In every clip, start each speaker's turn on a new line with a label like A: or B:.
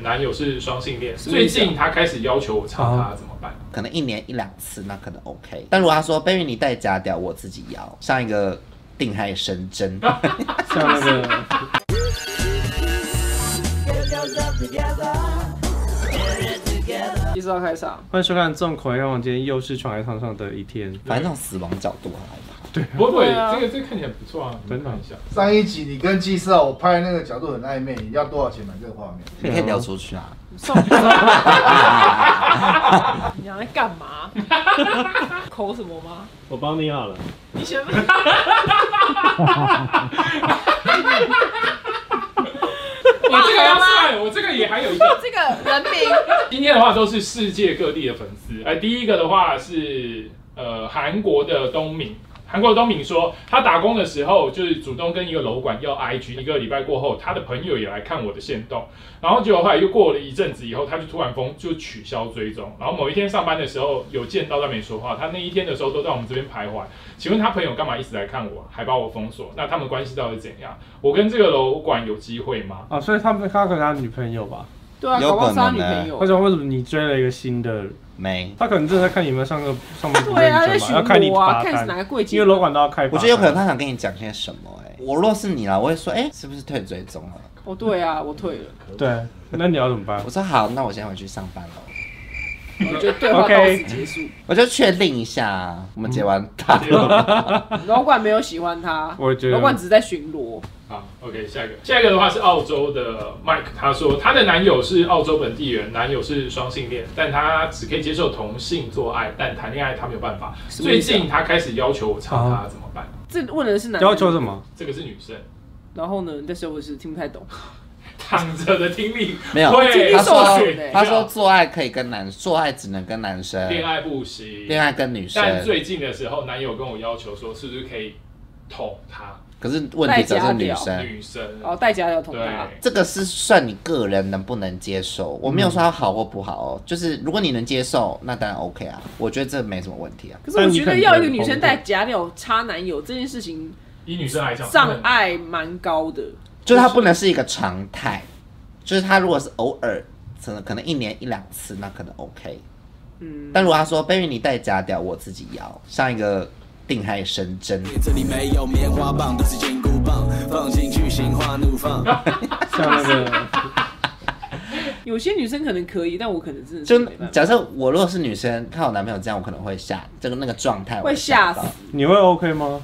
A: 男友是双性恋，最近他开始要求我插他，怎么办？
B: 可能一年一两次，那可能 OK。但如果他说 baby 你带假屌，我自己要，像一个定海神针，
C: 像那个
D: 一直要开场，
C: 欢迎收看《重口一望》，今天又是床来床上的一天。
B: 反正那种死亡角度啊来吧。
A: 不会，
D: 对啊
A: 这个这个看起来不错啊，你
C: 真
A: 们
C: 的
A: 看一下。
E: 上一集你跟季少我拍那个角度很暧昧，要多少钱买这个画面？
B: 你可以聊出去啊，
D: 上不上？ 你俩在干嘛？ 口什么吗？
C: 我帮你好了，
D: 你先。
A: 我这个要算，我这个也还有一个。
D: 这个人名，
A: 今天的话都是世界各地的粉丝。哎，第一个的话是呃韩国的东敏，韩国的东敏说他打工的时候就是主动跟一个楼管要 IG，一个礼拜过后，他的朋友也来看我的线动，然后结果后来又过了一阵子以后，他就突然封就取消追踪，然后某一天上班的时候有见到但没说话，他那一天的时候都在我们这边徘徊。请问他朋友干嘛一直来看我，还把我封锁？那他们关系到底是怎样？我跟这个楼管有机会吗？
C: 哦，所以他们他可能他女朋友吧？
D: 对啊，
B: 有
D: 搞不好是他
B: 可能
D: 女
B: 欸
D: 朋友
C: 为。什么为什么你追了一个新的？
A: 啊
B: 没，
C: 他可能正在看你们上个上面
D: 对啊，在
C: 要看
D: 巡
C: 你
D: 逻啊，
C: 罚
D: 看是哪
C: 单，
D: 个柜姐。
C: 因为楼管都要开罚单。
B: 我觉得有可能他想跟你讲些什么、哎，我若是你啦，我会说，哎、是不是退追踪了？
D: 哦，对啊，我退了，
C: 对，那你要怎么办
B: 我？说好，那我先回去上班了。
D: 我觉得对话到此结束。
B: 我就确定一下啊，我们结完他
A: 啊
D: 楼管没有喜欢他，
C: 我觉得
D: 楼管只是在巡逻。
A: 好，OK，下一个，下一个的话是澳洲的 Mike，他说他的男友是澳洲本地人，男友是双性恋，但他只可以接受同性做爱，但谈恋爱他没有办法。
D: 什么意
A: 最
D: 思啊
A: 近他开始要求我插他，怎么办？
D: 这问的是男的
C: 要求什？么？
A: 这个是女生
D: 然后呢？但是我是听不太懂。
A: 躺着的听力
B: 没有
A: 会
B: 他说
A: 受
D: 对
A: 损
D: 对
B: 他说做爱可以跟男，做爱只能跟男生，
A: 恋爱不行，
B: 恋爱跟女生。
A: 但最近的时候，男友跟我要求说是不是可以捅他
B: 可是问题则是女生，
A: 女生？
D: 哦，戴假要捅
A: 对，
D: 他。
B: 这个是算你个人能不能接受。我没有说它好或不好哦，
D: 嗯
B: 就是如果你能接受，那当然 OK 啊，我觉得这没什么问题啊。
D: 可是我觉得要一个女生戴假屌插男友这件事情，
A: 以女生来讲，
D: 障碍蛮高的。
B: 就是它不能是一个常态，就是它如果是偶尔，可能可能一年一两次，那可能 OK。
D: 嗯，
B: 但如果他说 “baby 你带假屌，我自己要”，像一个定海神针，
D: 嗯
F: 这里没有棉花棒，都是金箍棒，放进去心花怒放。
C: 像那个
D: 有些女生可能可以，但我可能真的是
B: 就
D: 没办法
B: 假设我如果是女生，看我男朋友这样，我可能会吓这个那个状态，我
D: 会吓
B: 到
D: 死。。
C: 你会 OK 吗？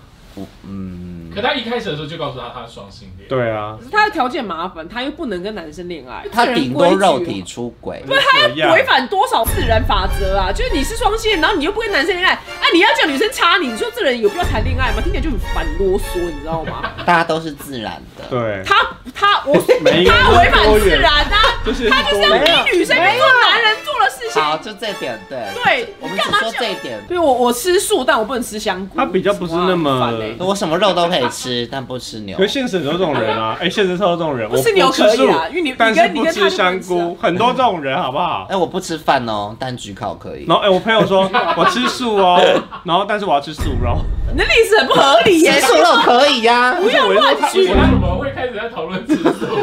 A: 可他一开始的时候就告诉他他是双性恋，
C: 对啊
D: 可，是她的条件麻烦，她又不能跟男生恋爱，
B: 他
D: 这人
B: 顶多肉
D: 规矩
B: 体出轨，
C: 他
D: 违反多少自然法则啊？就是你是双性恋，然后你又不跟男生恋爱，啊，你要叫女生插你，你说这人有必要谈恋爱吗？听起来就很反啰嗦，你知 道吗？
B: 大家都是自然的。
C: 对，
D: 他他我
C: 每一个人
D: 他
C: 都
D: 违反
C: 多
D: 自
C: 元
D: 然啊，
C: 就是
D: 他就是要逼女生去做男人做的事情。
B: 好，就这点对。
D: 对
B: 我们
D: 你
B: 只
D: 干嘛
B: 说
D: 这
B: 这一点。
D: 对我我吃素，但我不能吃香菇。
C: 他比较不是那么
D: 哇很烦欸
B: 我什么肉都可以吃，但不吃牛
C: 可。是现实很多这种人 啊，哎、现实超多这种人，
D: 不
C: 我
D: 是你有
C: 我吃
D: 可以
C: 素
D: 啦因为你你
C: 但是
D: 跟你
C: 不
D: 跟他
C: 吃
D: 就不能
C: 香
D: 吃啊
C: 菇，很多这种人，好不好
B: 哎、？我不吃饭哦，但焗烤可以
C: 然。后哎、我朋友 说我吃素哦，然后但是我要吃素肉，
D: 你的例子很不合理耶
B: 吃。素哎肉可以呀、
D: 不要乱
A: 为
D: 举啊
A: 什，么我们会开始在讨论吃素？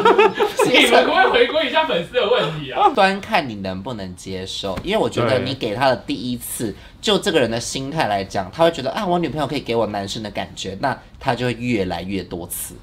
A: 你们可不可以回归一下粉丝的问题啊？
B: 端看你能不能接受，因为我觉得
C: 对
B: 你给他的第一次，就这个人的心态来讲，他会觉得啊，我女朋友可以给我男生的感觉，那他就会越来越多次。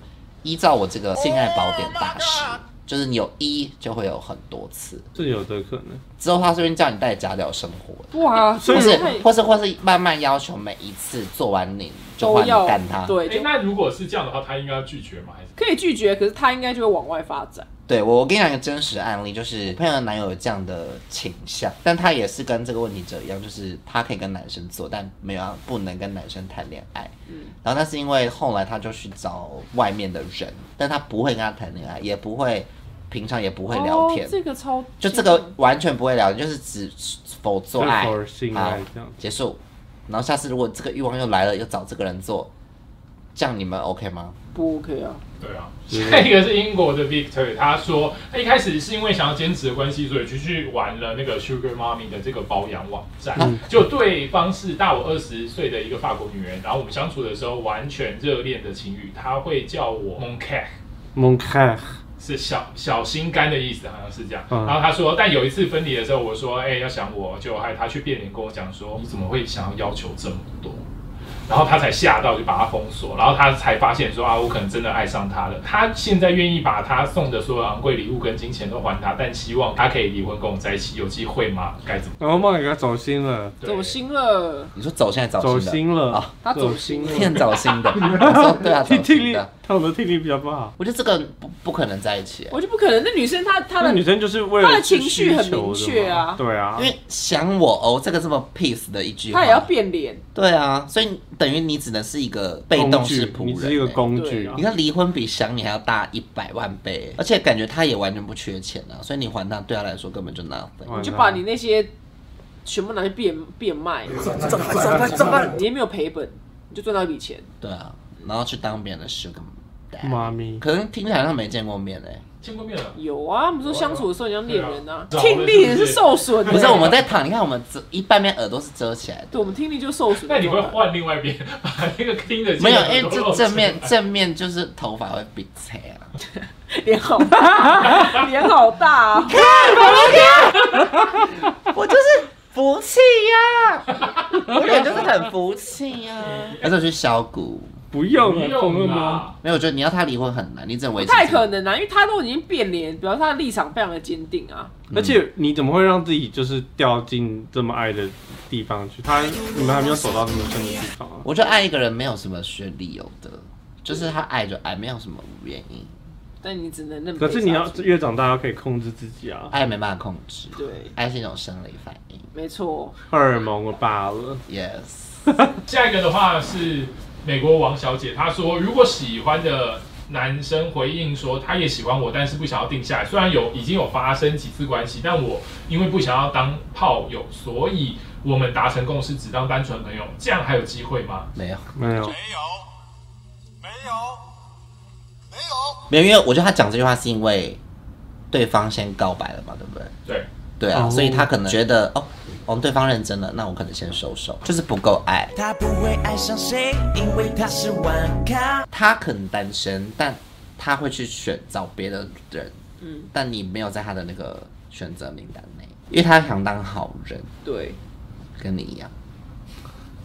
B: 依照我这个性爱宝典大师，
D: 啊
B: 就是你有一就会有很多次，
C: 是有的可能。
B: 之后他顺便叫你带假屌生活，
D: 哇，
C: 所以
B: 或是
D: 太
B: 或是或是慢慢要求每一次做完你就
D: 都
B: 换你
D: 要
B: 干他。
D: 对，
A: 哎，
D: 就
A: 那如果是这样的话，他应该要拒绝吗？还是
D: 可以拒绝，可是他应该就会往外发展。
B: 对我，我跟你讲一个真实案例，就是我朋友的男友有这样的倾向，但他也是跟这个问题者一样，就是他可以跟男生做，但没有要不能跟男生谈恋爱。
D: 嗯
B: 然后那是因为后来他就去找外面的人，但他不会跟他谈恋爱，也不会平常也不会聊天，
D: 哦这个超
B: 就这个完全不会聊，就是只否做爱，啊
C: 就否性爱
B: 好
C: 啊这样
B: 结束。然后下次如果这个欲望又来了，又找这个人做，这样你们 OK 吗？
D: 不 OK 啊。
A: 对啊，下一个是英国的 Victor，他说他一开始是因为想要兼职的关系，所以就去玩了那个 Sugar Mommy 的这个保养网站。就对方是大我二十岁的一个法国女人，然后我们相处的时候完全热恋的情侣，他会叫我 Monk，
C: 蒙凯
A: 是小小心肝的意思，好像是这样。
C: 嗯
A: 然后他说，但有一次分离的时候，我说，哎、要想我，就害他去变脸跟我讲说，你怎么会想要要求这么多？然后他才吓到，就把他封锁，然后他才发现说啊，我可能真的爱上他了。他现在愿意把他送的所有昂贵礼物跟金钱都还他，但希望他可以离婚跟我在一起，有机会吗？该怎么？
C: 然后梦给他走心了，
A: 对
D: 走心了，
B: 你说走现在走
C: 走
B: 的，
C: 心了
B: 啊，
D: 他走
C: 心
B: 骗走心的，你说对啊，走
C: 听听
B: 心
C: 力
B: 的。，
C: 他们的听力比较不好。
B: 我觉得这个不不可能在一起，
D: 我就不可能。那女生她她
C: 那
D: 的
C: 女生就是为了
D: 她的情绪很
C: 需求的嘛
D: 明确啊
C: 对啊，
B: 因为想我哦，这个这么 peace 的一句话，
D: 她也要变脸，
B: 对啊，所以等于你只能是一个被动式仆
C: 工具
B: 人、
C: 你只是一个
B: 欸
C: 工具
D: 对啊
B: 你看离婚比想你还要大一百万倍欸，而且感觉他也完全不缺钱啊，所以你还他对他来说根本就 nothing。
A: 嗯
C: 完了
D: 你就把你那些全部拿去变变卖，你也没有赔本，你就赚到一笔钱。
B: 对啊，然后去当别人的 sugar dad，
C: 妈咪，
B: 可能听起来好像没见过面哎、
A: 见过面了，
D: 有啊，我们说相处的时候你要恋人啊，
A: 对啊
D: 听力也是受损的。
B: 不是我们在躺，你看我们遮一半边耳朵是遮起来的，
D: 对，我们听力就受损。
A: 那你会换另外一边，把那个听得见
B: 没有，
A: 的
B: 因
A: 耳
B: 为
A: 朵
B: 这
A: 露出来
B: 正 面正面就是头发会比切啊，
D: 脸好 大，脸好大啊！
B: 我就是服气呀、我脸就是很服气呀、而且我去削骨。
C: 不用啊
A: 不
D: 啊
C: 了，疯了
A: 用啊
C: 吗？
A: 啦，
B: 没有，我觉得你要他离婚很难，你只能维
D: 不
B: 持自己。
D: 太可能啊，因为他都已经变脸，表示他的立场非常的坚定啊。
C: 而且你怎么会让自己就是掉进这么爱的地方去？他你们还没有走到这么深的地方啊。
B: 我觉得爱一个人没有什么需要理由的，就是他爱就爱，没有什么原因，
D: 但你只能认赔
C: 可
D: 杀出。
C: 是你要越长大，要可以控制自己啊，
B: 爱没办法控制。
D: 对
B: 爱是一种生理反应。
D: 没错，
C: 荷尔蒙罢了。
B: Yes，
A: 下一个的话是美国王小姐，她说如果喜欢的男生回应说他也喜欢我，但是不想要定下来，虽然有已经有发生几次关系，但我因为不想要当炮友，所以我们达成共识，只当单纯朋友，这样还有机会吗？
B: 没有，
C: 没有，
B: 没有，因为我觉得他讲这句话是因为对方先告白了嘛，对不对？
A: 对，
B: 对啊
C: 哦
B: 所以他可能觉得哦，我们对方认真了，那我可能先收手，就是不够爱。
F: 他不会爱上谁，因为他是玩咖。
B: 他可能单身，但他会去选找别的人，嗯，但你没有在他的那个选择名单内，因为他想当好人，
D: 对
B: 跟你一样。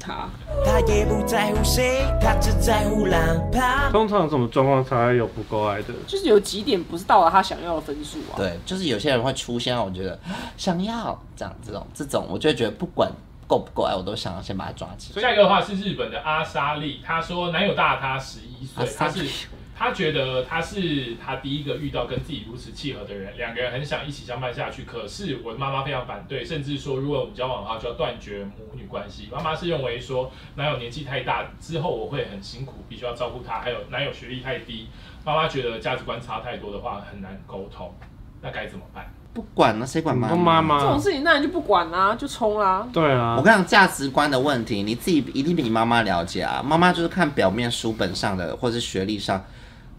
D: 他
F: 他也不在乎谁，他只在乎浪趴。
C: 通常什么状况才会有不够爱的？
D: 就是有几点不是到了他想要的分数啊。
B: 对，就是有些人会出现让我觉得 想要这样这种这种，我就会觉得不管够不够爱，我都想要先把他抓起来。
A: 下一个的话是日本的阿莎莉，她说男友大她十一岁
B: 阿，莎
A: 她
B: 莉
A: 是她觉得她是她第一个遇到跟自己如此契合的人，两个人很想一起相伴下去，可是我的妈妈非常反对，甚至说如果我们交往的话就要断绝母女关系。妈妈是认为说男友年纪太大之后我会很辛苦，必须要照顾他，还有男友学历太低，妈妈觉得价值观差太多的话很难沟通，那该怎么办？
B: 不
F: 啊
B: 管了，谁管
C: 你
B: 妈
C: 说妈？
D: 这种
C: 妈？
D: 事情那你就不管
C: 啊
D: 啦、就冲啦、
C: 对
B: 我
C: 啊，
B: 跟你讲，价值观的问题，你自己一定比妈妈了解啊。妈妈就是看表面书本上的，或是学历上。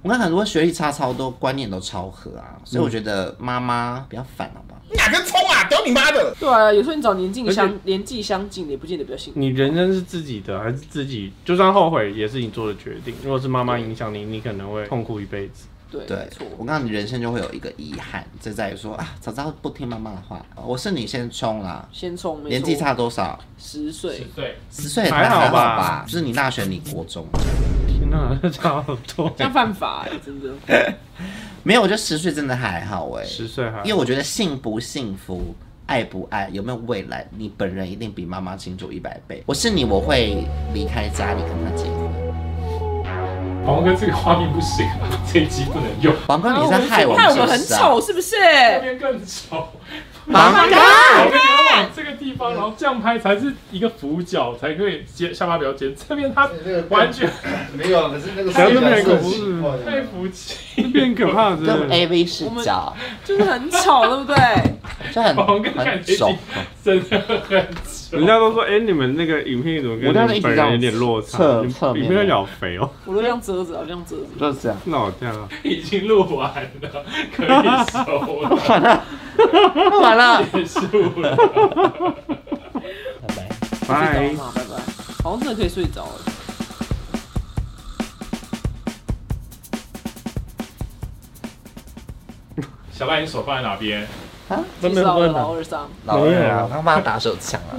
B: 我看很多学历差超多，观念都超合啊，所以我觉得妈妈比较烦，好不好？
D: 对啊，有时候你找年近
C: 而且
D: 相年纪相近的，也不见得比较幸福。
C: 你人生是自己的，还是自己？就算后悔，也是你做的决定。如果是妈妈影响你，你可能会痛苦一辈子。
D: 对，
B: 对
D: 没错，，
B: 我告诉你，人生就会有一个遗憾，就在于说啊，早知道不听妈妈的话，我是你先冲啦。
D: 先冲，没错
B: 年纪差多少？
D: 十
A: 十
D: 岁，
A: 岁。
B: 十岁也
C: 还好
B: 好
C: 吧
B: 吧？就是你大学，你国中。
C: 天哪，差好多
D: 这。样犯法、欸，真的。
B: 没有，我觉得十岁真的还好哎、
C: 十岁还
B: 因为我觉得幸不幸福、爱不爱、有没有未来，你本人一定比妈妈清楚一百倍。我是你，我会离开家里跟他结婚。
A: 王哥这个画面不行啊，这一集不能 用，
B: 王哥，你
D: 啊
B: 在害我
D: 害
B: 们
D: 我
B: 是
D: 们
B: 不
D: 很
B: 是啊
D: 丑，？是不是？
A: 这边更丑。
B: 王哥，
A: 我跟你要往这个地方，然后这样拍才是一个俯角，才可以尖下巴比较尖。这边他完全
E: 没有，啊可是那个
C: 小妹妹
E: 是
C: 可
E: 很
C: 不是
E: 奇怪的
A: 太服气。
C: 变可怕
B: 跟
C: 的。
B: A V 视角
D: 就是很丑，对不对？
B: 就很
A: 王哥感
B: 很
A: 觉已
B: 丑
A: 经。真的很
C: 人
A: 丑。
C: 家都说，哎、你们那个影片怎么跟
B: 我
C: 你
B: 刚才
C: 们
B: 一直
C: 本
B: 这
C: 人
B: 样
C: 有点落差？
B: 侧
C: 你们
B: 侧面
C: 影片有点肥哦、
D: 我都这样遮着，我这样遮着。
B: 就是这样，
C: 那我这样啊，
A: 已经录完了，可以收了，
B: 完了，
A: 结束了。
B: 拜拜。
C: 拜
D: 睡。着了嘛，拜拜。好像真的可以睡着了。
A: 小赖，你手放在哪边？
B: 啊，
C: 真
D: 你知
C: 的
D: 道
C: 不
D: 了
C: 能
D: 吧？
C: 打
D: 二三，
B: 老二
C: 没有
B: 啊，
C: 啊
B: 他帮他打手枪啊，